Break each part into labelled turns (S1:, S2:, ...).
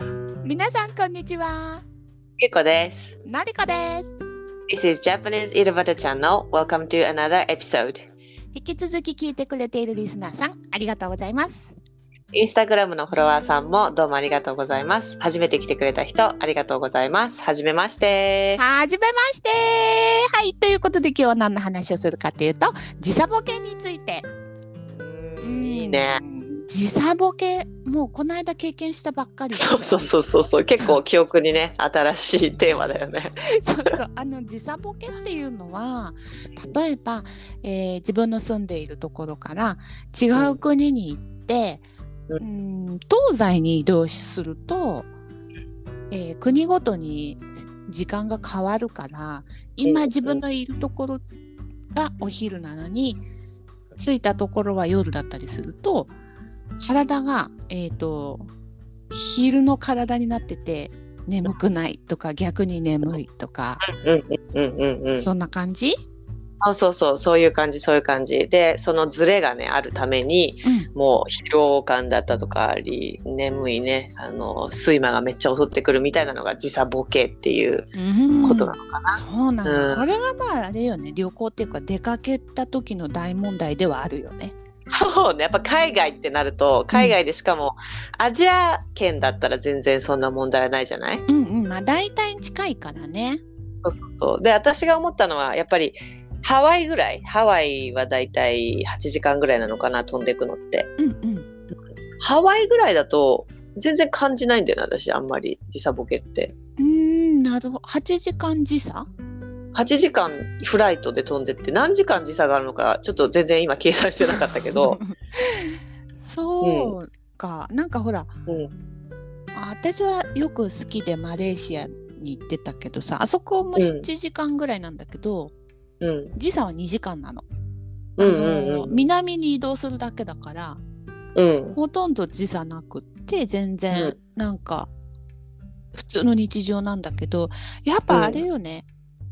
S1: さんこんにちは。
S2: ゆこです。
S1: なりこです。
S2: This is Japanese i r b a t a Channel. Welcome to another episode.
S1: 引き続き聞いてくれているリスナーさん、ありがとうございます。
S2: インスタグラムのフォロワーさんもどうもありがとうございます。初めて来てくれた人、ありがとうございます。はじめまして。
S1: はじめまして。はい、ということで今日は何の話をするかというと、時差ボケについて。
S2: うーんいいね。
S1: うん。時差ボケ、もうこの間経験したばっかりです。
S2: そうそうそうそうそう。結構記憶にね、新しいテーマだよね。
S1: そうそうあの時差ボケっていうのは例えば、えー自分の住んでいるところから違う国に行って、う、
S2: うん
S1: 東西に移動すると、えー国ごとに時間が変わるから今
S2: うん
S1: 自分のいるところがお昼なのに着いたところは夜だったりすると体がえっ、と昼の体になってて眠くないとか逆に眠いとか、
S2: うんうんうんうん。そ
S1: そんな感じ、
S2: うそうそう。そういう感じ、そういう感じ。で、そのズレがね、あるために、もう疲労感だったとかあり、眠いね、あの、睡魔がめっちゃ襲ってくるみたいなのが時差ボケっていう
S1: うん
S2: ことなのか
S1: そうなの、
S2: うん
S1: これがまああれよね旅行っていうか出かけた時の大問題ではあるよね。
S2: そうね、やっぱ海外ってなると、海外でしかも、アジア圏だったら全然そんな問題はないじゃない
S1: うんうんまあ大体近いからね。
S2: そうで、私が思ったのは、やっぱり、ハワイぐらいハワイはだいたい8時間ぐらいなのかな、飛んでいくのって。
S1: うんうん、
S2: ハワイぐらいだと、全然感じないんだよね、私、あんまり、時差ボケって。
S1: うーんなるほど8時間時差
S2: 8時間フライトで飛んでって、何時間時差があるのか、ちょっと全然今計算してなかった けど、。
S1: そうか、なんかほら
S2: うん、
S1: あ私はよく好きでマレーシアに行ってたけどさあそこも
S2: うん
S1: 7時間ぐらいなんだけど、
S2: うん、
S1: 時差は2時間なの,、
S2: うん、う
S1: あの
S2: ん、
S1: 南に移動するだけだから
S2: うん、
S1: ほとんど時差なくって全
S2: う
S1: 然
S2: ん
S1: なんか普通の日常なんだけどやっぱあれよね、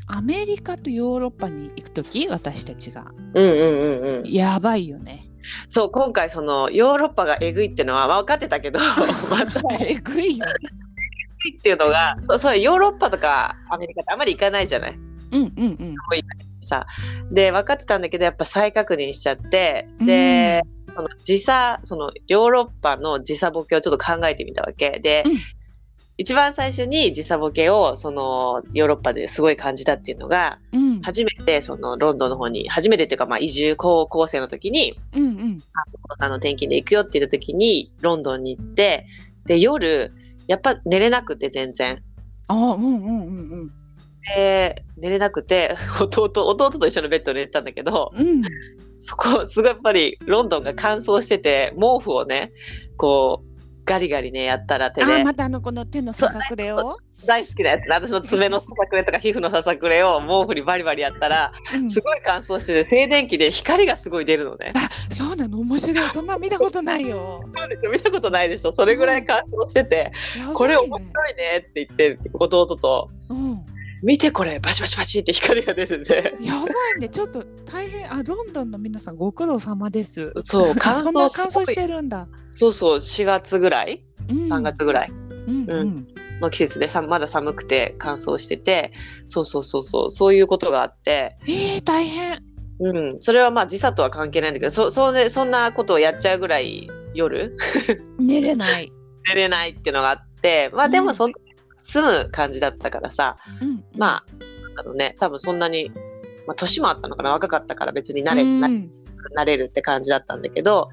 S1: アメリカとヨーロッパに行く時私たちが
S2: うん、うん、うん。
S1: やばいよね。
S2: そう今回そのヨーロッパがえぐいってのはまあ分かって たけどまたえぐい
S1: えぐいよね。
S2: っていうのがそうそうヨーロッパとかアメリカってあまり行かないじゃない
S1: うんうんうん。
S2: さで分かってたんだけどやっぱ再確認しちゃってで、その時差そのヨーロッパの時差ボケをちょっと考えてみたわけで、
S1: うん
S2: 一番最初に時差ボケをそのヨーロッパですごい感じたっていうのが
S1: うん
S2: 初めてそのロンドンの方に初めてっていうかまあ移住高校生の時に
S1: うんうん。
S2: あの転勤で行くよって言った時にロンドンに行ってで夜やっぱ寝れなくて全然
S1: あうんうんうんうん。
S2: で寝れなくて 弟弟と一緒のベッドで寝てたんだけど
S1: うん、
S2: そこすごいやっぱりロンドンが乾燥してて毛布をねこうガリガリねやったら手
S1: あ
S2: で
S1: またあのこの手のささくれを、
S2: 大好きなやつ私の爪のささくれとか皮膚のささくれを毛布にバリバリやったら
S1: うん
S2: すごい乾燥してて静電気で光がすごい出るのね。
S1: そうなの面白いそんな見たことないよ
S2: そうですよ見たことないでしょそれぐらい乾燥してて
S1: やばいね
S2: これ面白いねって言って弟と
S1: うん
S2: 見てこれバシバシバシって光が出てて
S1: やばいねちょっと大変あロンドンの皆さんご苦労様です
S2: そう乾
S1: そんな
S2: 燥
S1: 乾
S2: す
S1: 燥
S2: ごい
S1: してるんだ、
S2: そうそう4月ぐらい
S1: うん、
S2: 3月ぐらい
S1: うんうん
S2: の季節でさまだ寒くて乾燥しててそうそうそうそうそういうことがあって、
S1: えー、大変
S2: うん、それはまあ時差とは関係ないんだけどそそうねそんなことをやっちゃうぐらい夜
S1: 寝れない
S2: 寝れないっていうのがあってまあでもその時住む感じだったからさ
S1: うん
S2: まああのね多分そんなに、まあ、年もあったのかな若かったから別に
S1: あ
S2: 慣れ,、
S1: うん
S2: な
S1: うん
S2: 慣れるって感じだったんだけど、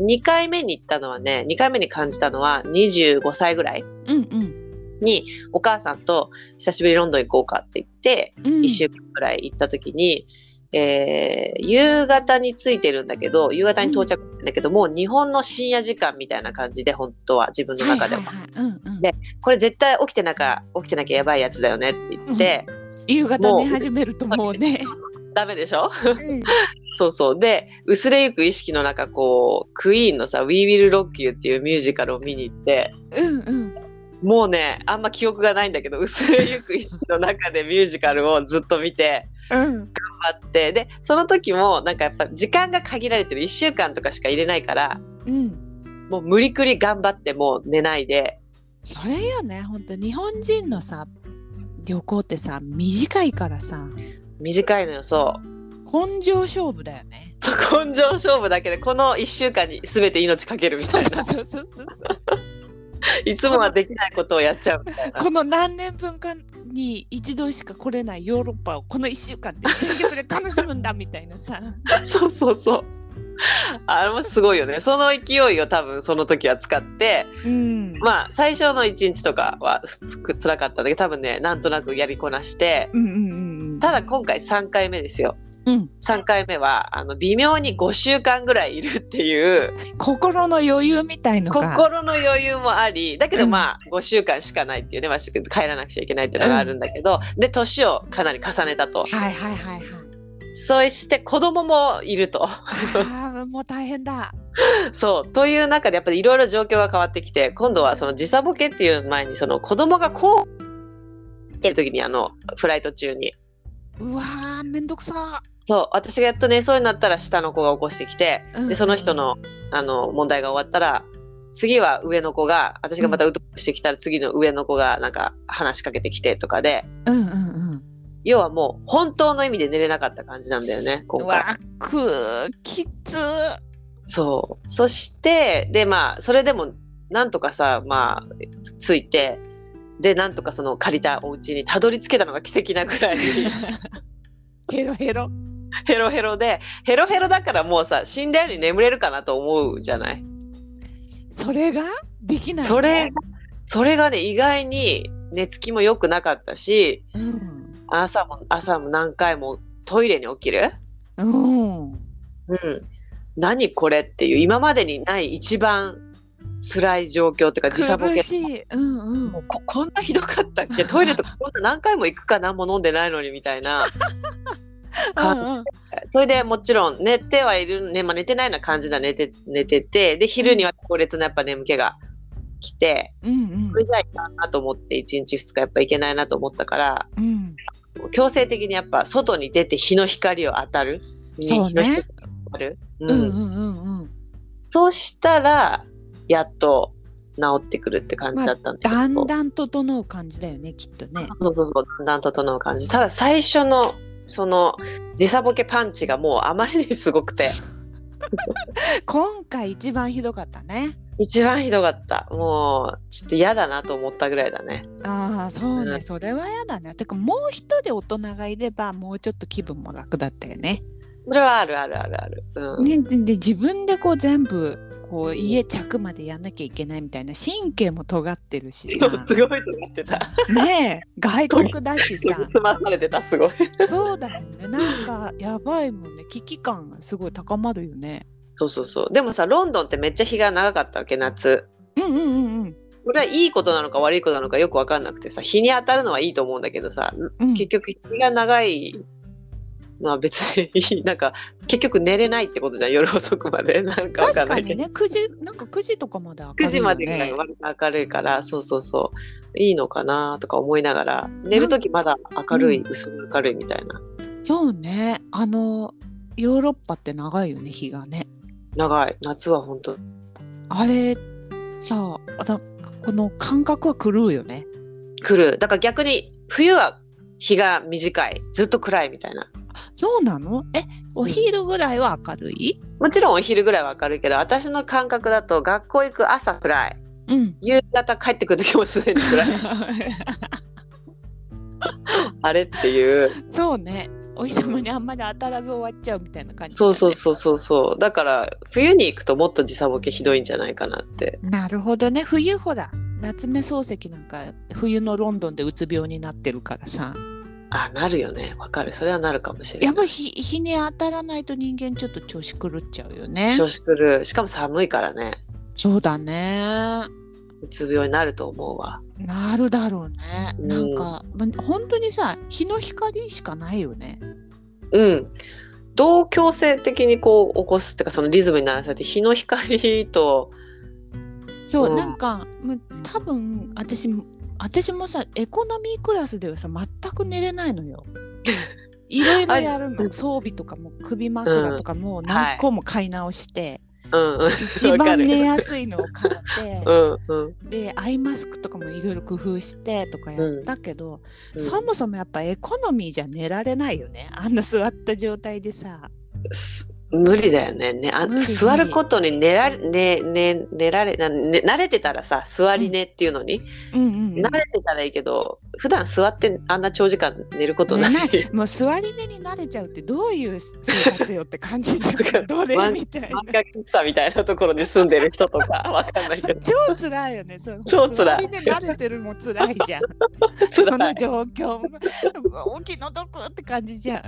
S2: 2回目に行ったのはね2回目に感じたのは25歳ぐらい
S1: うんうん
S2: にお母さんと久しぶりにロンドン行こうかって言って
S1: うん
S2: 1週間ぐらい行った時に、えー夕方に着いてるんだけど夕方に到着なんだけど、もう日本の深夜時間みたいな感じで本当は自分の中では,、
S1: はいはいはい、うんうん
S2: でこれ絶対起きてなか起きてなきゃやばいやつだよねって言って、
S1: 夕方
S2: も
S1: 寝
S2: う
S1: 始めるともうね、
S2: ダメでしょ
S1: うん、
S2: そうそうで薄れゆく意識の中こうクイーンのさ「We Will Rock You」っていうミュージカルを見に行って。
S1: うんうん
S2: もうねあんま記憶がないんだけど薄れゆく意識の中でミュージカルをずっと見て
S1: うん
S2: あってでその時もなんかやっぱ時間が限られてる1週間とかしか入れないから
S1: うん
S2: もう無理くり頑張ってもう寝ないで
S1: それよね本当日本人のさ旅行ってさ短いからさ
S2: 短いのよそう
S1: 根性勝負だよね。
S2: そう根性勝負だけでこの1週間に全て命かけるみたいな
S1: そうそうそうそう
S2: いつもはできないことをやっちゃうみたいな
S1: この何年分かに一度しか来れないヨーロッパをこの1週間で全力で楽しむんだみたいなさ
S2: そうそうそうあれもすごいよねその勢いを多分その時は使って
S1: うん
S2: まあ最初の1日とかはつらかったんだけど多分ねなんとなくやりこなして
S1: うんうんうんうん
S2: ただ今回3回目ですよ
S1: うん
S2: 3回目はあの微妙に5週間ぐらいいるっていう
S1: 心の余裕みたいのが
S2: 心の余裕もありだけ
S1: う
S2: ど
S1: ん
S2: まあ5週間しかないっていうね、まあ、帰らなくちゃいけないっていうのがあるんだけど、で年をかなり重ねたと
S1: はいはいはいはい
S2: そうして子供もいると
S1: ああもう大変だ
S2: そうという中でやっぱりいろいろ状況が変わってきて今度はその時差ボケっていう前にその子供がこうってる時にあのフライト中に
S1: うわーめんどくさ
S2: そう私がやっと寝そうになったら下の子が起こしてきて
S1: うん
S2: でその人のあの問題が終わったら次は上の子が私がまたうとうとしてきたら次の上の子がなんか話しかけてきてとかで
S1: うんうんうん
S2: 要はもう本当の意味で寝れなかった感じなんだよね
S1: う
S2: 今
S1: わ
S2: 回。
S1: ーくーきつ ー
S2: そうそしてでまあそれでもなんとかさまあついてでなんとかその借りたお家にたどり着けたのが奇跡なぐらい
S1: ヘロヘロ
S2: ヘロヘロでヘロヘロだからもうさ死んだように眠れるかなと思うじゃない。
S1: それができないの
S2: それそれがね意外に寝つきも良くなかったし
S1: うん
S2: 朝も朝も何回もトイレに起きる、
S1: うん
S2: うん、何これっていう今までにない一番辛い状況っていうか時差ボケ
S1: 苦しいうんうん
S2: もうここんなひどかったっけトイレとかこんな何回も行くかなもう飲んでないのにみたいな
S1: うんうん
S2: それでもちろん寝てはいる、ねまあ、寝てないような感じだ寝て寝ててで昼には強烈なやっぱ眠気が来て
S1: うん
S2: それじゃあいかんなと思って1日2日やっぱ行けないなと思ったから
S1: うん
S2: 強制的にやっぱ外に出て日の光を当たる。
S1: そうね
S2: 日の光を当たる
S1: う
S2: うんん
S1: うんうんうん
S2: そうしたらやっと治ってくるって感じだったんだけど、
S1: だんだん整う感じだよねきっとね
S2: そうそうそうだんだん整う感じただ最初のその時差ボケパンチがもうあまりにすごくて
S1: 今回一番ひどかったね
S2: 一番ひどかったもうちょっと嫌だなと思ったぐらいだね
S1: ああそうね、
S2: うん
S1: それはやだねてかもう一人大人がいればもうちょっと気分も楽だったよね
S2: それはあるあるあるある、うん
S1: ねでで自分でこう全部こう家着までやんなきゃいけないみたいな神経も尖ってるし
S2: そ
S1: さ
S2: うすごいと思ってた
S1: ねえ外国だしさ
S2: つまされてたすごい
S1: そうだよねなんかやばいもんね危機感がすごい高まるよね
S2: そうそうそうでもさロンドンってめっちゃ日が長かったわけ夏
S1: うんうんうんうん
S2: これはいいことなのか悪いことなのかよく分かんなくてさ日に当たるのはいいと思うんだけどさ、
S1: うん
S2: 結局日が長いのは別にいいなんか結局寝れないってことじゃん夜遅くまでなんかわ
S1: 確
S2: かんな
S1: か
S2: いけ
S1: に
S2: ど、
S1: ね9時なんか9時とかまで明るい
S2: 9
S1: よ、ね、
S2: 時までぐらいは明るいからそうそうそういいのかなとか思いながら寝る時まだ明るい、薄明るいみたいな
S1: そうねあのヨーロッパって長いよね日がね
S2: 長い夏は本当
S1: あれさあだこの感覚は狂うよね
S2: 来るだから逆に冬は日が短いずっと暗いみたいな
S1: そうなのえお昼ぐらいは明るい
S2: もちろんお昼ぐらいは明るいけど私の感覚だと学校行く朝暗い
S1: うん
S2: 夕方帰ってくる時もすでに暗いあれっていう
S1: そうねお日様にあんまり当たらず終わっちゃうみたいな感じだ
S2: そ
S1: ね、
S2: うそうそうそうそうだから冬に行くともっと時差ボケひどいんじゃないかなって
S1: なるほどね冬ほら夏目漱石なんか冬のロンドンでうつ病になってるからさ
S2: あなるよねわかるそれはなるかもしれ
S1: や
S2: な
S1: っぱ日日に当たらないと人間ちょっと調子狂っちゃうよね
S2: い調子狂うしかも寒いからね
S1: そうだね
S2: うつ病になると思うわ
S1: なるだろうね、
S2: うん
S1: なんかま本当にさ日の光しかないよね
S2: うんどう強制的にこう起こすっていうかそのリズムにならせて日の光と
S1: そう、
S2: うん
S1: なんかもう多分私私もさエコノミークラスではさ全く寝れないの よいろいろやる
S2: あ
S1: の装備とかも首枕とかもう何個も買い直して、
S2: うんうん
S1: 一
S2: わか
S1: 番
S2: る
S1: 寝やすいのを買って
S2: うんうん
S1: でアイマスクとかもいろいろ工夫してとかやったけど、そもそもやっぱエコノミーじゃ寝られないよねあんな座った状態でさ
S2: す無理だよねねあ
S1: 無理無理
S2: 座ることに寝られ,、ねね、寝られな、ね、慣れてたらさ座り寝っていうのに、
S1: うんうんうん
S2: 慣れてたらいいけど普段座ってあんな長時間寝ることない
S1: 寝ない もう座り寝に慣れちゃうってどういう生活よって感じじゃんどれみたいな
S2: 漫画喫茶みたいなところに住んでる人 とかわかんないけど
S1: 超辛いよねそう
S2: 超辛い
S1: 座り寝慣れてるも辛いじゃんそ
S2: 辛い
S1: の状況もお気の毒って感じ じゃん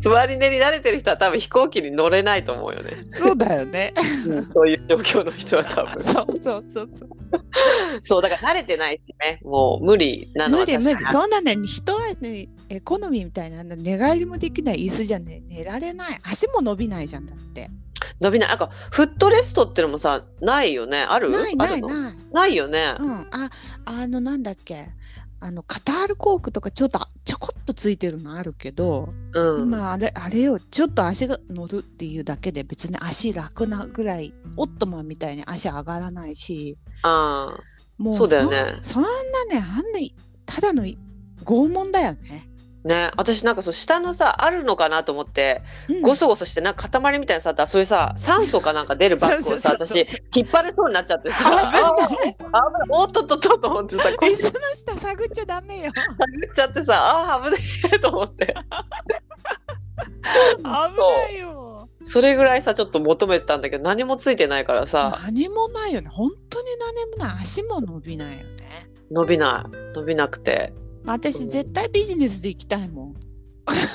S2: 座り寝に慣れてる人は多分飛行機に乗れないと思うよね、
S1: そうだよ ね
S2: そういう状況の人 は多分
S1: そうそうそうそう
S2: そうだから慣れてないしねもう無理なの
S1: 無
S2: は
S1: 理
S2: 確
S1: 無
S2: か
S1: 理そんなね人はねエコノミーみたいなあんな寝返りもできない椅子じゃね寝られない足も伸びないじゃんだって
S2: 伸びないなんかフットレストってのもさないよねある
S1: ないな
S2: ある
S1: い
S2: の
S1: ない
S2: ないよね、
S1: うんああのなんだっけあのカタールコークとかちょっとちょこっとついてるのあるけど、
S2: うん
S1: まああれあれよちょっと足が乗るっていうだけで別に足楽なぐらいオットマンみたいに足上がらないし
S2: あ
S1: もう
S2: そうだよね
S1: そんそんなねあんないただのい拷問だよね。
S2: ーね私なんかそう下のさあるのかなと思って
S1: うん
S2: ゴソゴソしてなんか塊みたいなさあったそういうさ酸素かなんか出るバッグをさ
S1: そうそうそう
S2: 私引っ張れそうになっちゃってさ あ
S1: 危ない
S2: あ危ないおっとっとっとと思ってさこっ
S1: 椅
S2: ち
S1: 子の下探っちゃダメよ。
S2: 言っちゃってさあー危ねえと思って
S1: 危ないよ。
S2: それぐらいさちょっと求めてたんだけど何もついてないからさ
S1: 何もないよね。本当に何もない。足も伸びないよね。
S2: 伸びない伸びなくて
S1: 私絶対ビジネスで行きたいもん。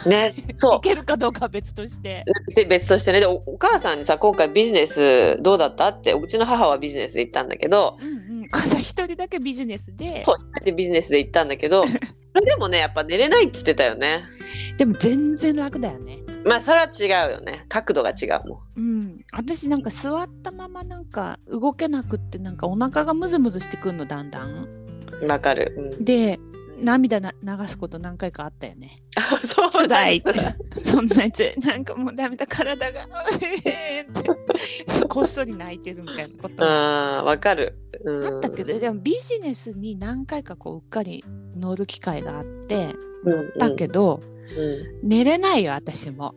S2: ね
S1: 行
S2: そ
S1: けるかどうかは別として。
S2: うで別としてねでおお母さんにさ今回ビジネスどうだったってうちの母はビジネスで行ったんだけど
S1: うんうん。母さん一人だけビジネスで。
S2: そう一人でビジネスで行ったん だけどそれでもねやっぱ寝れないって言ってたよね
S1: でも全然楽だよね。
S2: まあそれは違うよね角度が違うもん
S1: うん、私なんか座ったままなんか動けなくってなんかお腹がムズムズしてくるのだんだん
S2: わかる、 うん、
S1: で涙な流すこと何回かあったよね
S2: あそう
S1: つら いっ
S2: だ
S1: てそんなやつなんかもうダメだ体が えーってこっそり泣いてるみたいなことあ
S2: あーわかる、うん、
S1: ったけどでもビジネスに何回かこううっかり乗る機会があって
S2: うん
S1: 乗ったけど、
S2: うん
S1: 寝れないよ私も、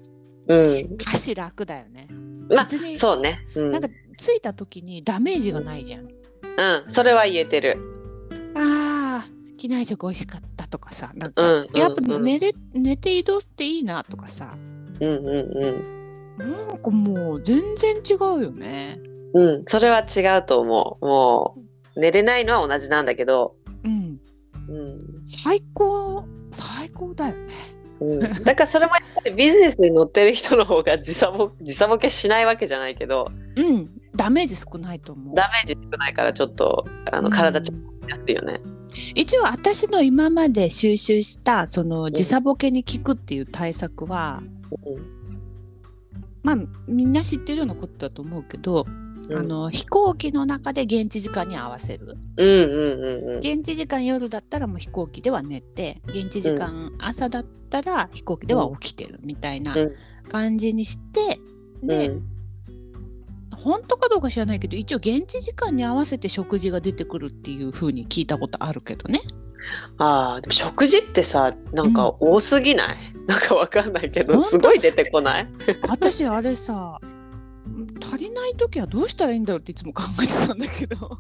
S2: う
S1: し
S2: ん
S1: かし楽だよね
S2: まあ
S1: 別に
S2: そうね、うん、
S1: なんか着いた時にダメージがないじゃん、
S2: うん、それは言えてる
S1: あー機内食美味しかったとかさなん
S2: う
S1: か、
S2: んうん
S1: やっぱ
S2: うん
S1: 寝れ寝て移動っていいなとかさ
S2: うんうん
S1: なんかもう全然違うよね
S2: うんうんそれは違うと思うもう寝れないのは同じなんだけど、
S1: うん
S2: うん
S1: 最高最高だよね
S2: うん、だからそれもやっぱりビジネスに乗ってる人の方が 時差ぼ時差ボケしないわけじゃないけど
S1: うんダメージ少ないと思う
S2: ダメージ少ないからちょっとあの体ちょっとやってるよね。
S1: 一応私の今まで収集したその時差ボケに効くっていう対策は
S2: うん
S1: まあみんな知ってるようなことだと思うけど、あの飛行機の中で現地時間に合わせる
S2: うんうんうんうん
S1: 現地時間夜だったらもう飛行機では寝て現地時間朝だったら飛行機では起きてるみたいな
S2: うん
S1: 感じにして、で、
S2: うん
S1: 本当かどうか知らないけど一応現地時間に合わせて食事が出てくるっていう風に聞いたことあるけどね
S2: あーでも食事ってさなんか多すぎない、 なんかわかんないけど
S1: 本当
S2: すごい出てこない
S1: 私あれさ足りない時はどうしたらいいんだろうっていつも考えてたんだけど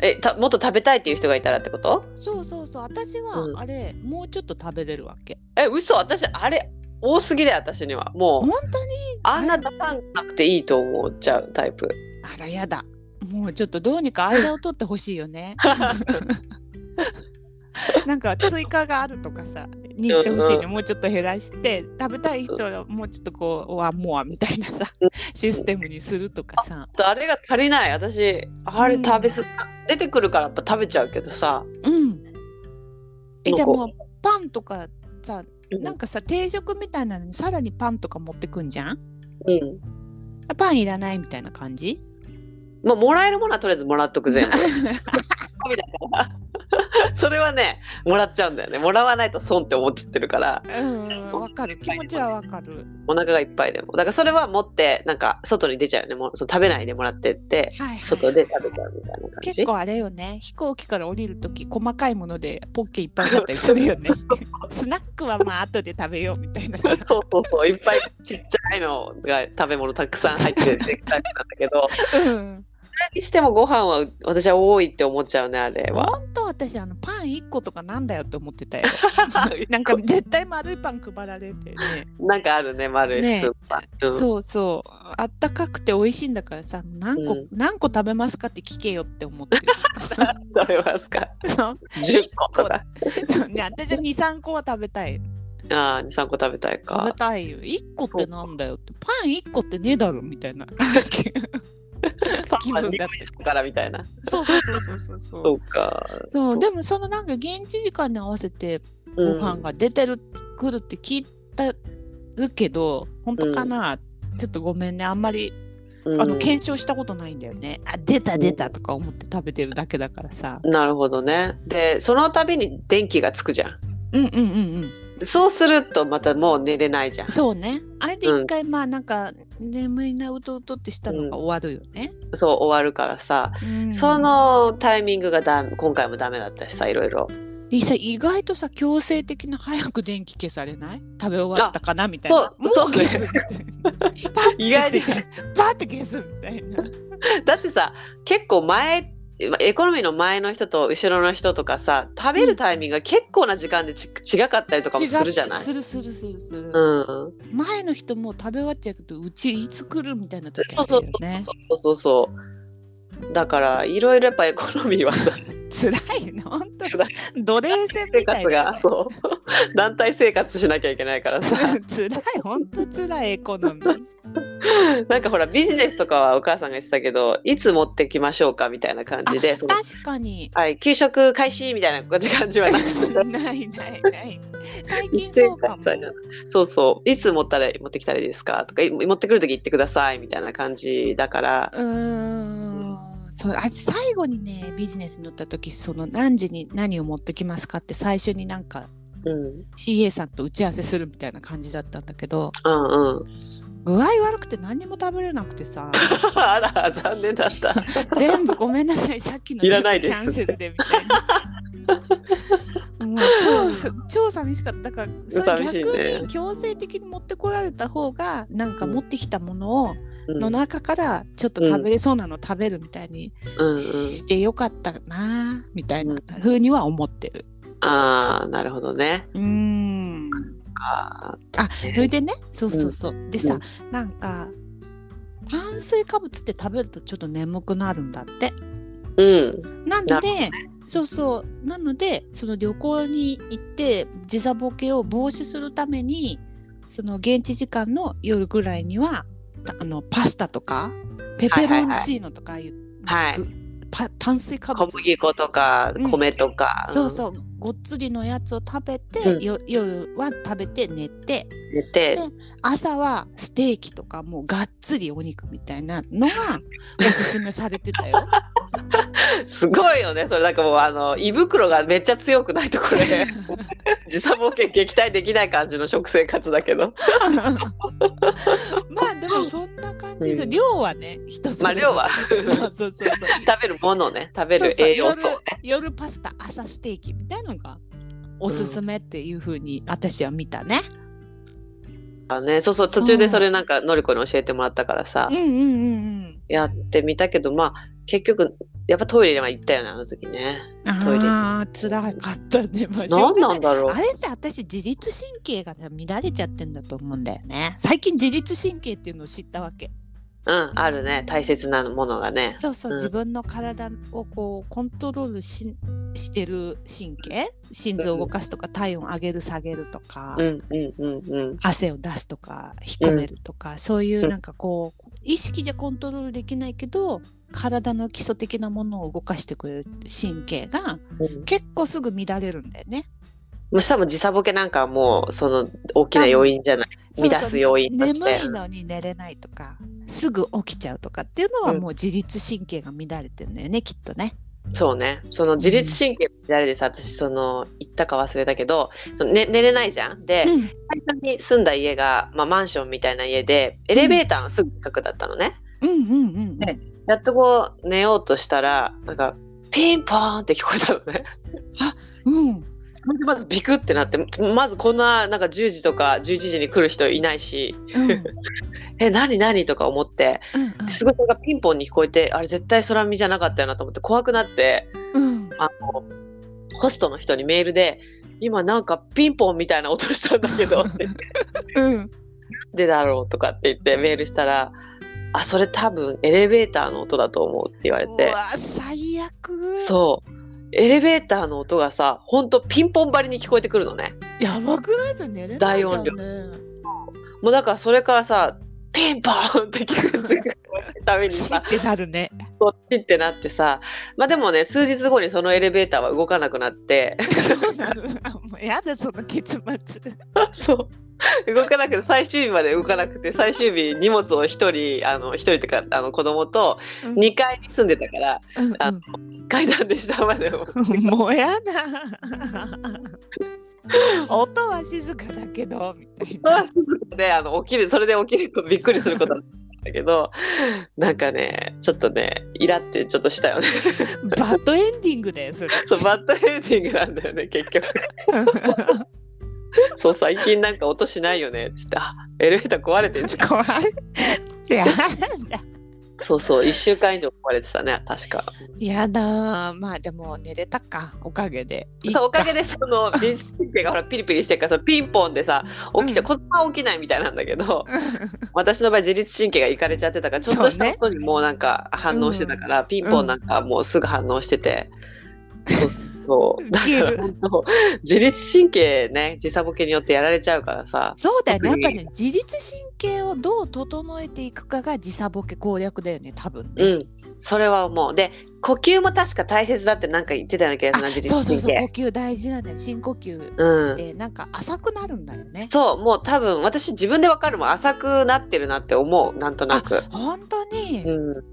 S2: えたもっと食べたいっていう人がいたらってこと
S1: そうそうそう私
S2: う
S1: は
S2: ん
S1: あれ、もうちょっと食べれるわけ
S2: え嘘私あれ多すぎだよ私にはもう
S1: 本当に
S2: あんな出さなくていいと思っちゃうタイプ
S1: あらやだもうちょっとどうにか間を取ってほしいよ ねなんか追加があるとかさにしてほしい
S2: うん
S1: ねもうちょっと減らして食べたい人はもうちょっとこうワンモアみたいなさ
S2: うん
S1: システムにするとかさ
S2: あれが足りない私あれ
S1: うん
S2: 食べす、出てくるからやっぱ食べちゃうけどさ
S1: うん。え
S2: なんか
S1: じゃあもうパンとかさ
S2: うん
S1: なんかさ定食みたいなのにさらにパンとか持ってくんじゃん
S2: うん
S1: あパンいらないみたいな感じ
S2: まあもらえるものはとりあえずもらっとく全部
S1: あ
S2: 神だから それはねもらっちゃうんだよねもらわないと損って思っちゃってるから
S1: うん、わかる。気持ちはわかる。
S2: お腹がいっぱいでもだからそれは持ってなんか外に出ちゃうよねもうその食べないでもらってって
S1: はい、はい。
S2: 外で食べちゃうみたいな感じ
S1: 結構あれよね飛行機から降りるとき細かいものでポッケいっぱいだったりするよ ねスナックはまあ後で食べようみたいなさ
S2: そうそうそういっぱいちっちゃいのが食べ物たくさん入ってるって感じなんだけどそ
S1: うん
S2: れにしてもご飯は私は多いって思っちゃうねあれは。
S1: ほんと私あのパン1個とかなんだよって思ってたよ なんか絶対丸いパン配られてね
S2: なんかあるね丸い
S1: ね
S2: スーパー。うん
S1: そうそうあったかくて美味しいんだからさ何個、
S2: うん
S1: 何個食べますかって聞けよって思っ てる
S2: 食べますか
S1: そう
S2: 10個とか
S1: ね私は23個は食べたい
S2: ああ23個食べたい
S1: 食べ
S2: か
S1: たいよ1個ってなんだよってパン1個ってねえだろみたい な
S2: パ
S1: 気
S2: ンは
S1: 分
S2: 2
S1: だ
S2: 個
S1: っ
S2: 以上からみたいな
S1: そうそうそうそうそうそう
S2: そうか
S1: そう
S2: そう
S1: でもそのなんか現地時間に合わせてご
S2: うん
S1: 飯が出てる、くるって聞いたるけど本当かな、ちょっとごめんねあんまり
S2: うん
S1: あの検証したことないんだよね、あ出た出たとか思って食べてるだけだからさ
S2: なるほどねでその度に電気がつくじゃん
S1: うんうんうんうん
S2: そうするとまたもう寝れないじゃん
S1: そうねあれで
S2: うん
S1: 一回まあなんか眠いなうとうとってしたのが終わるよね、
S2: そう終わるからさ
S1: うん
S2: そのタイミングがだ今回もダメだったしさいろいろ
S1: いさ意外とさ強制的な早く電気消されない食べ終わったかなみたいな
S2: そうそう
S1: 消すみたいな パッて
S2: 意外に
S1: ついてパッて消すみたいな
S2: だってさ結構前エコノミーの前の人と後ろの人とかさ食べるタイミングが結構な時間でち違かったりとかもするじゃない
S1: 違うするするするする、
S2: うん、
S1: 前の人もう食べ終わっちゃうけどうちいつ来るみたいな時あ
S2: そう
S1: るよ
S2: そう
S1: ね
S2: そうそうそうだからいろいろやっぱエコノミーはさ
S1: 辛いの本当
S2: 辛い
S1: 奴隷戦
S2: 生
S1: みたい
S2: 活
S1: な
S2: がそう 団体生活しなきゃいけないからさ
S1: 辛い本当辛いエコノミー
S2: なんかほらビジネスとかはお母さんが言ってたけどいつ持ってきましょうかみたいな感じでその
S1: 確かに
S2: はい、給食開始みたいな感じはなく
S1: ない
S2: て
S1: ないない最近 そうかも
S2: そうそういつ持ったら持ってきたらいいですかとかい持ってくる時言ってくださいみたいな感じだから
S1: うーんそうあ最後にねビジネスに乗った時その何時に何を持ってきますかって最初になんか
S2: うん
S1: CA さんと打ち合わせするみたいな感じだったんだけど
S2: うんうん
S1: 具合悪くて何にも食べれなくてさ
S2: あら残念だった
S1: 全部ごめんなさいさっきの
S2: いらないです
S1: 全部キャンセルでみたいな。もう超す超寂しかっただからそれ
S2: 寂しい
S1: 逆
S2: ね
S1: に強制的に持ってこられた方がなんか持ってきたものを
S2: うん
S1: の中からちょっと食べれそうなの食べるみたいに
S2: うんうん
S1: してよかったなみたいな
S2: うん
S1: 風には思ってる。
S2: ああなるほどね
S1: うーん
S2: あ
S1: あそ
S2: ね
S1: れでねそうそうそうでさ
S2: う
S1: なんか炭水化物って食べるとちょっと眠くなるんだって。
S2: ーうん
S1: な
S2: な
S1: のでそうそうなのでその旅行に行って時差ボケを防止するためにその現地時間の夜ぐらいにはあのパスタとかペペロンチーノとかああいう、
S2: はい
S1: ぐパ炭水化
S2: 小
S1: 物
S2: 麦粉とか
S1: うん
S2: 米とか、
S1: そうそうごっつりのやつを食べて、
S2: うん
S1: よ夜は食べて寝て
S2: うん寝て
S1: で朝はステーキとかもうがっつりお肉みたいなの がおすすめされてたよ。
S2: すごいよねそれなんかもうあの胃袋がめっちゃ強くないとこ れ時差ボケ撃退できない感じの食生活だけど
S1: まあでもそんな感じで、
S2: うん
S1: 量はね人そ
S2: まあ
S1: れぞれ
S2: 量は
S1: そうそうそうそう
S2: 食べるものね食べ
S1: そう
S2: る
S1: そう
S2: 栄養素
S1: 夜夜パスタ朝ステーキみたいのがおすすめっていうふうに私は見たね、
S2: あねそうそう途中でそれなんかのりこに教えてもらったからさ
S1: うん、うんうん
S2: やってみたけどまあ結局やっぱトイレには行ったよねあの時ね
S1: うん
S2: トイレ
S1: ああつらかったねマジ
S2: 何なんだろう
S1: あれって私自律神経がね乱れちゃってんだと思うんだよね最近自律神経っていうのを知ったわけ
S2: うんあるね大切なものがね
S1: そうそう、
S2: うん
S1: 自分の体をこうコントロールししてる神経心臓を動かすとか体温上げる下げるとか、
S2: うんうんうんうん
S1: 汗を出すとか引っ込めるとか、そういうなんかこう意識じゃコントロールできないけど体の基礎的なものを動かしてくれる神経が
S2: うん
S1: 結構すぐ乱れるんだよね。
S2: もうしかも時差ボケなんかはもうその大きな要因じゃない
S1: そう
S2: 乱
S1: そう
S2: す要因と
S1: 眠
S2: して
S1: いのに寝れないとかすぐ起きちゃうとかっていうのはもう自律神経が乱れてるんだよねきっとね。
S2: そうねその自律神経ってあれでさ私その言ったか忘れたけどその、ね、寝れないじゃんで、
S1: うん
S2: 最初に住んだ家が、まあ、マンションみたいな家でエレベーターのすぐ近くだったのね、
S1: うんうんうん
S2: ねやっとこう寝ようとしたらなんかピンポーンって聞こえたのね
S1: うん
S2: まずビクってなってまずこんななんか10時とか11時に来る人いないし
S1: うんうん
S2: え何何とか思って すごいそれがピンポンに聞こえてあれ絶対空見じゃなかったよなと思って怖くなって
S1: うん
S2: あのホストの人にメールで「今なんかピンポンみたいな音したんだ けど」って
S1: うん
S2: でだろうとかって言ってメールしたら「あそれ多分エレベーターの音だと思う」って言われ
S1: う
S2: て
S1: わ最悪
S2: そうエレベーターの音がさほんとピンポン張りに聞こえてくるのね
S1: やばくないじゃん寝れない
S2: 大
S1: じゃん
S2: 音量
S1: ね
S2: もうだからそれからさピンポーンって聞こえてくる ために
S1: チ
S2: さ
S1: ってなるね
S2: こっちってなってさまあでもね数日後にそのエレベーターは動かなくなって
S1: そうなのあもうやだその結末
S2: そう動かなくて最終日まで動かなくて最終日荷物を1人あの1人ってかあの子供と
S1: うん
S2: 2階に住んでたから
S1: うん
S2: あ階段で下までも
S1: うんもうやだ 音は静かだけどみたいな
S2: そはすぐであの起きるそれで起きるとびっくりすることなんだけどなんかねちょっとねイラってちょっとしたよね
S1: バッドエンディングだ よそれ
S2: そうバッドエンディングなんだよね結局そう最近なんか音しないよねっつってあエレベーター壊れてんじゃん
S1: 怖いやだ
S2: そうそう1週間以上壊れてたね確か
S1: やだまあでも寝れたかおかげでいい
S2: そうおかげ
S1: で
S2: でそ の自律神経がほらピリピリしてるからさピンポンでさ起きちゃう、子供は起きないみたいなんだけど私の場合自律神経がいかれちゃってたからちょっとし
S1: そう
S2: た
S1: ね
S2: ことにもうなんか反応してたから、ピンポンなんかもうすぐ反応してて、そうそうだ
S1: 消え
S2: から
S1: る
S2: 本当自律神経ね時差ボケによってやられちゃうからさ
S1: そうだよねやっぱね自律神経をどう整えていくかが時差ボケ攻略だよね多分ね、
S2: うんそれは思うで呼吸も確か大切だってなんか言ってたような気がするな
S1: あ
S2: 自律
S1: そうそう
S2: 神
S1: そう呼
S2: 経。
S1: 吸大事なんだよ深呼吸して、なんか浅くなるんだよね
S2: そうもう多分私自分でわかるもん浅くなってるなって思うなんとなく
S1: 本当に、
S2: うん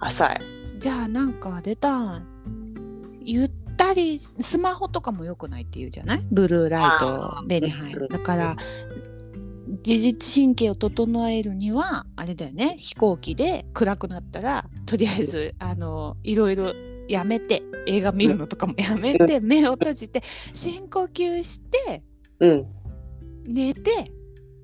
S2: 浅い
S1: じゃあなんか出たゆったりスマホとかも良くないって言うじゃないブルーライト目に入
S2: うん
S1: るだから自律神経を整えるにはあれだよね飛行機で暗くなったらとりあえずあのいろいろやめて映画見るのとかもやめて目を閉じて深呼吸して
S2: うん
S1: 寝て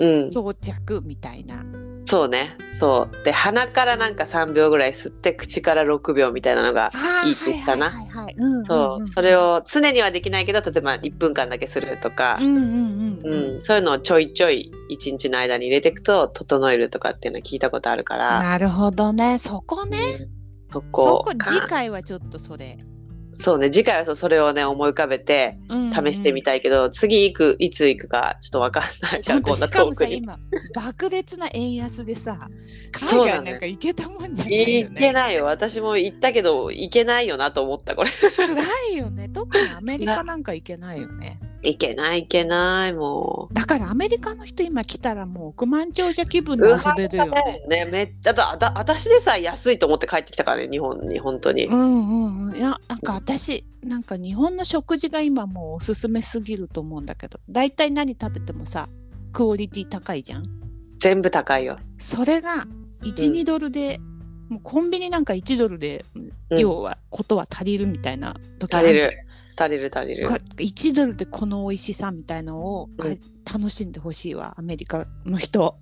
S2: うん
S1: 到着みたいな
S2: そうねそうで鼻からなんか3秒ぐらい吸って口から6秒みたいなのが
S1: あー
S2: いいって言った
S1: は
S2: な
S1: いはいはいはいうんうんうん
S2: そうそれを常にはできないけど例えば1分間だけするとか
S1: うん、うんうん
S2: う
S1: うん
S2: んそういうのをちょいちょい1日の間に入れていくと整えるとかっていうの聞いたことあるから
S1: なるほどねそこね
S2: そ
S1: そ
S2: こ
S1: こ次回はちょっとそれ、
S2: そうね次回はそうそれをね思い浮かべて
S1: うんうん
S2: 試してみたいけど、次行くいつ行くかちょっと分かんないから
S1: ほんと
S2: こんな
S1: しか
S2: 遠
S1: もさ
S2: くに
S1: 今爆裂な円安でさ
S2: そ
S1: 海
S2: うだね
S1: 外なんか行けたもんじゃないよ
S2: 行け
S1: ね
S2: ないよ私も行ったけど行けないよなと思ったこれ。
S1: 辛いよね特にアメリカなんか行けないよね
S2: いけないいけないも
S1: だからアメリカの人今来たらもう億万長者気分
S2: う。
S1: で遊べるよね
S2: ねめっちゃだだ私でさえ安いと思って帰ってきたからね日本に本当に、
S1: うんうんうんいやなんか私なんか日本の食事が今もうおすすめすぎると思うんだけど大体何食べてもさクオリティ高いじゃん
S2: 全部高いよ。
S1: それが12、ドルでもうコンビニなんか1ドルで、
S2: うん
S1: 要はことは足りるみたいな時あ
S2: 足り
S1: じゃん
S2: る足りる足りる。
S1: こ1ドルでこの美味しさみたいのを、
S2: うん
S1: あ楽しんでほしいわアメリカの人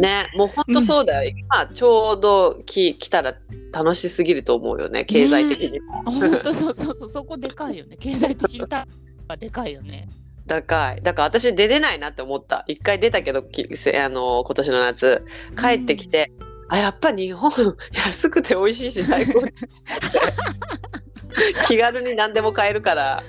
S2: ねもう本当そうだよ、今ちょうどき来たら楽しすぎると思うよね経済的にも。
S1: ほんとそうそうそうそこでかいよね経済的にたがでかいよね
S2: 高いだから私出れないなって思った一回出たけどきせあの今年の夏帰ってきて、あやっぱ日本 安くて美味しいし最高気軽に何でも買えるから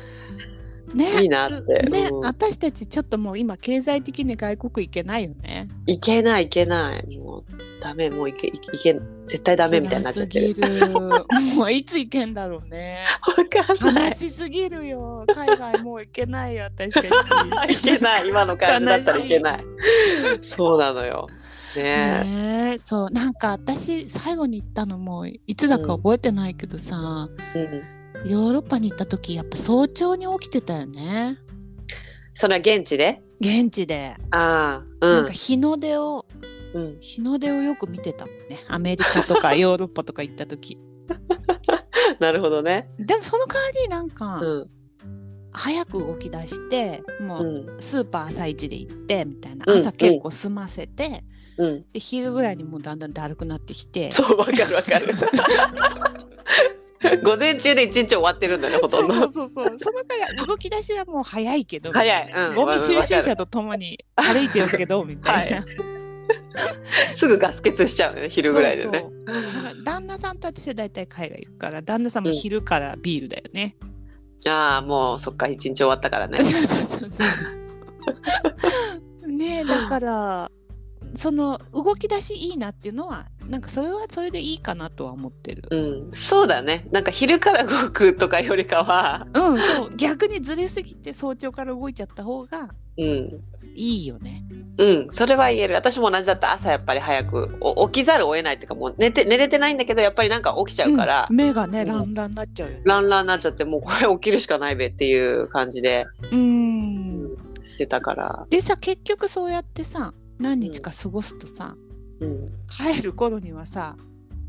S1: ね
S2: いいなって、
S1: ね、
S2: うん
S1: 私たちちょっともう今経済的に外国行けないよね。
S2: いけないいけないもうダメもういけいけいけ絶対ダメみたいになっちゃってる
S1: 辛すぎる。もういつ行けんだろうね。
S2: わかんな
S1: 悲
S2: い
S1: しすぎるよ。海外もう行けないよ、私 たち。
S2: いけない今の感じだったらいけないそうなのよね
S1: ねえそうなんか私最後に行ったのもいつだか覚えてないけどさ、
S2: うん
S1: ヨーロッパに行った時やっぱ早朝に起きてたよね
S2: それは現地で
S1: 現地で、
S2: ああ、
S1: な
S2: うんん
S1: か。日の出を
S2: うん、
S1: 日の出をよく見てたもんねアメリカとかヨーロッパとか行った 時
S2: なるほどね。
S1: でもその代わりなんか、
S2: うん。
S1: 早く動き出しても
S2: う。
S1: うんスーパー朝一で行ってみたいな、
S2: うん
S1: 朝結構済ませて、
S2: うん。
S1: で昼ぐらいにもうだんだんだるくなってきて
S2: そう、わかるわか る。午前中で一日終わってるんだね、ほとんど。
S1: そうそうそうそうそのから動き出しはもう早いけど
S2: 早い
S1: みたな
S2: うん
S1: ゴミ収集車とともに歩いてるけどみたいな、
S2: すぐガス欠しちゃうね、昼ぐらいでね。
S1: そうそうなんか旦那さんと私は大体海外行くから旦那さんも昼からビールだよね、。
S2: ああ、もう、そっか、一日終わったからね
S1: そうそうそうそうねえだからその動き出しいいなっていうのはなんかそれはそれでいいかなとは思ってる
S2: うん、そうだね。なんか昼から動くとかよりかは、
S1: うんそう逆にずれすぎて早朝から動いちゃった方が
S2: うん、
S1: いいよね
S2: うん、それは言える。私も同じだった。朝やっぱり早くお起きざるを得ないっていうか、もう寝て寝れてないんだけど、やっぱりなんか起きちゃうから、
S1: ん目がね
S2: うん
S1: ランランになっちゃうよね
S2: ランランになっちゃって、もうこれ起きるしかないべっていう感じで
S1: うん
S2: してたから。
S1: でさ結局そうやってさ何日か過ごすとさ、
S2: うん、
S1: 帰る頃にはさ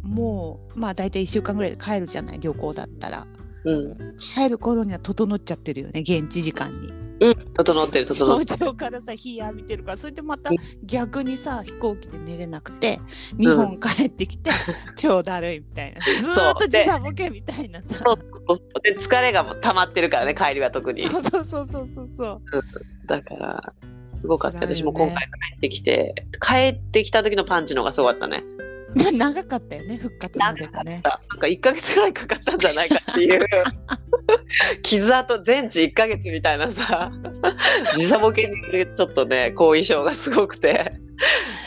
S1: もうまあ大体1週間ぐらいで帰るじゃない旅行だったら
S2: うん、
S1: 帰る頃には整っちゃってるよね現地時間に
S2: うん、整ってる、整ってる。
S1: 早朝からさ日浴びてるからそれでまた
S2: う
S1: 逆にさ飛行機で寝れなくて日本帰って きて、超だるいみたいなずーっと時差ボケみたいな さ
S2: そうそうそうで疲れがもう溜まってるからね、帰りは特に。
S1: そうそうそうそうそうそう
S2: だから、すごかった。
S1: 辛いよね
S2: 私も今回帰ってきて、帰ってきた時のパンチの方がすごかったね。
S1: まあ長かったよね復活までがね
S2: なんか1ヶ月ぐらいかかったんじゃないかって いう傷跡全治1ヶ月みたいなさ時差ボケにちょっとね後遺症がすごくて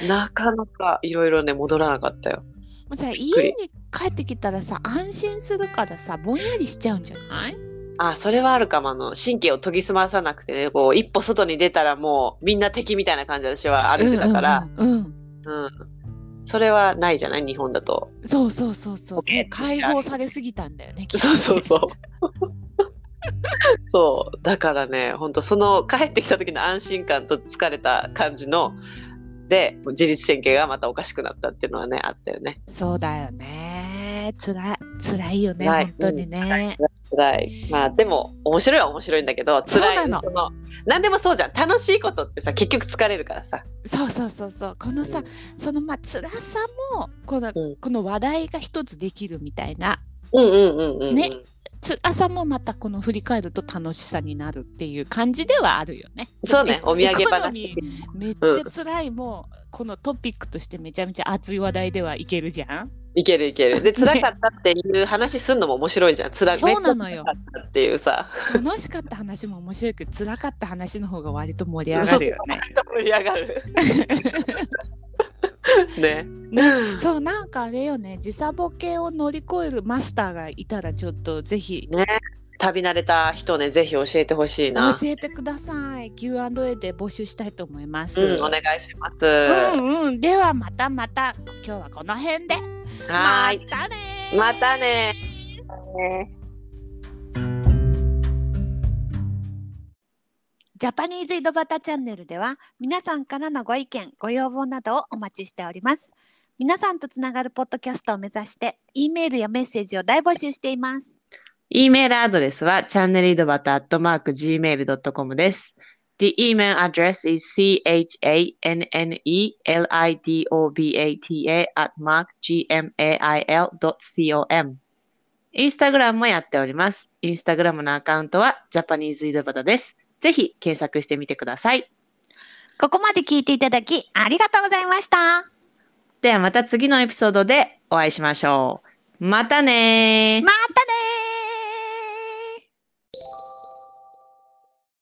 S2: なかなかいろいろね戻らなかったよ
S1: もうさ
S2: っくり
S1: 家に帰ってきたらさ安心するからさぼんやりしちゃうんじゃない
S2: あそれはあるかもあの神経を研ぎ澄まさなくてねこう一歩外に出たらもうみんな敵みたいな感じで私は歩いてたから、
S1: うんうんうんうん
S2: うんそれはないじゃない日本だと
S1: そうそうそうそう
S2: ポケットしてある
S1: 解放されすぎたんだよねきっと
S2: そう
S1: ね
S2: そうそう。そうだからね本当その帰ってきた時の安心感と疲れた感じので自律神経がまたおかしくなったっていうのはねあったよね
S1: そうだよね辛い辛いよね
S2: 辛い
S1: 本当にね、
S2: 辛いまあでも面白いは面白いんだけど辛い
S1: そうなの
S2: の何でもそうじゃん楽しいことってさ結局疲れるからさ
S1: そうそうそうそうこのさ、
S2: うん
S1: そのまあ辛さもこの,、
S2: うん
S1: この話題が一つできるみたいな
S2: うんうんうんうんうん
S1: ね辛さもまたこの振り返ると楽しさになるっていう感じではあるよね
S2: そうねお土産
S1: エコノ
S2: 話
S1: ミーめっちゃ辛いもうこのトピックとしてめちゃめちゃ熱い話題ではいけるじゃん
S2: いけるいけるで辛かったっていう話すんのも面白いじゃん辛い
S1: そうなのよ
S2: めっちゃ辛かったっていうさ
S1: 楽しかった話も面白いけど辛かった話の方が割と盛り上がるよね。
S2: 盛り上が るね
S1: ねそうなんかあれよね時差ボケを乗り越えるマスターがいたらちょっとぜひ
S2: ね、旅慣れた人ね、ぜひ教えてほしい
S1: 教
S2: な。
S1: えてください Q&A で募集したいと思います。
S2: うん、お願いします。
S1: うんうんではまたまた今日はこの辺で
S2: はーい、
S1: またねー
S2: またね
S1: ジャパニーズ井戸端チャンネルでは皆さんからのご意見ご要望などをお待ちしております皆さんとつながるポッドキャストを目指して E メールやメッセージを大募集しています
S2: E メールアドレスは channelidobata.gmail.com です。The email address is chanelidobata at mark gmail.com。インスタグラムもやっております。インスタグラムのアカウントはジャパニーズイドバタです。ぜひ検索してみてください。
S1: ここまで聞いていただきありがとうございました
S2: ではまた次のエピソードでお会いしましょう。またねー
S1: また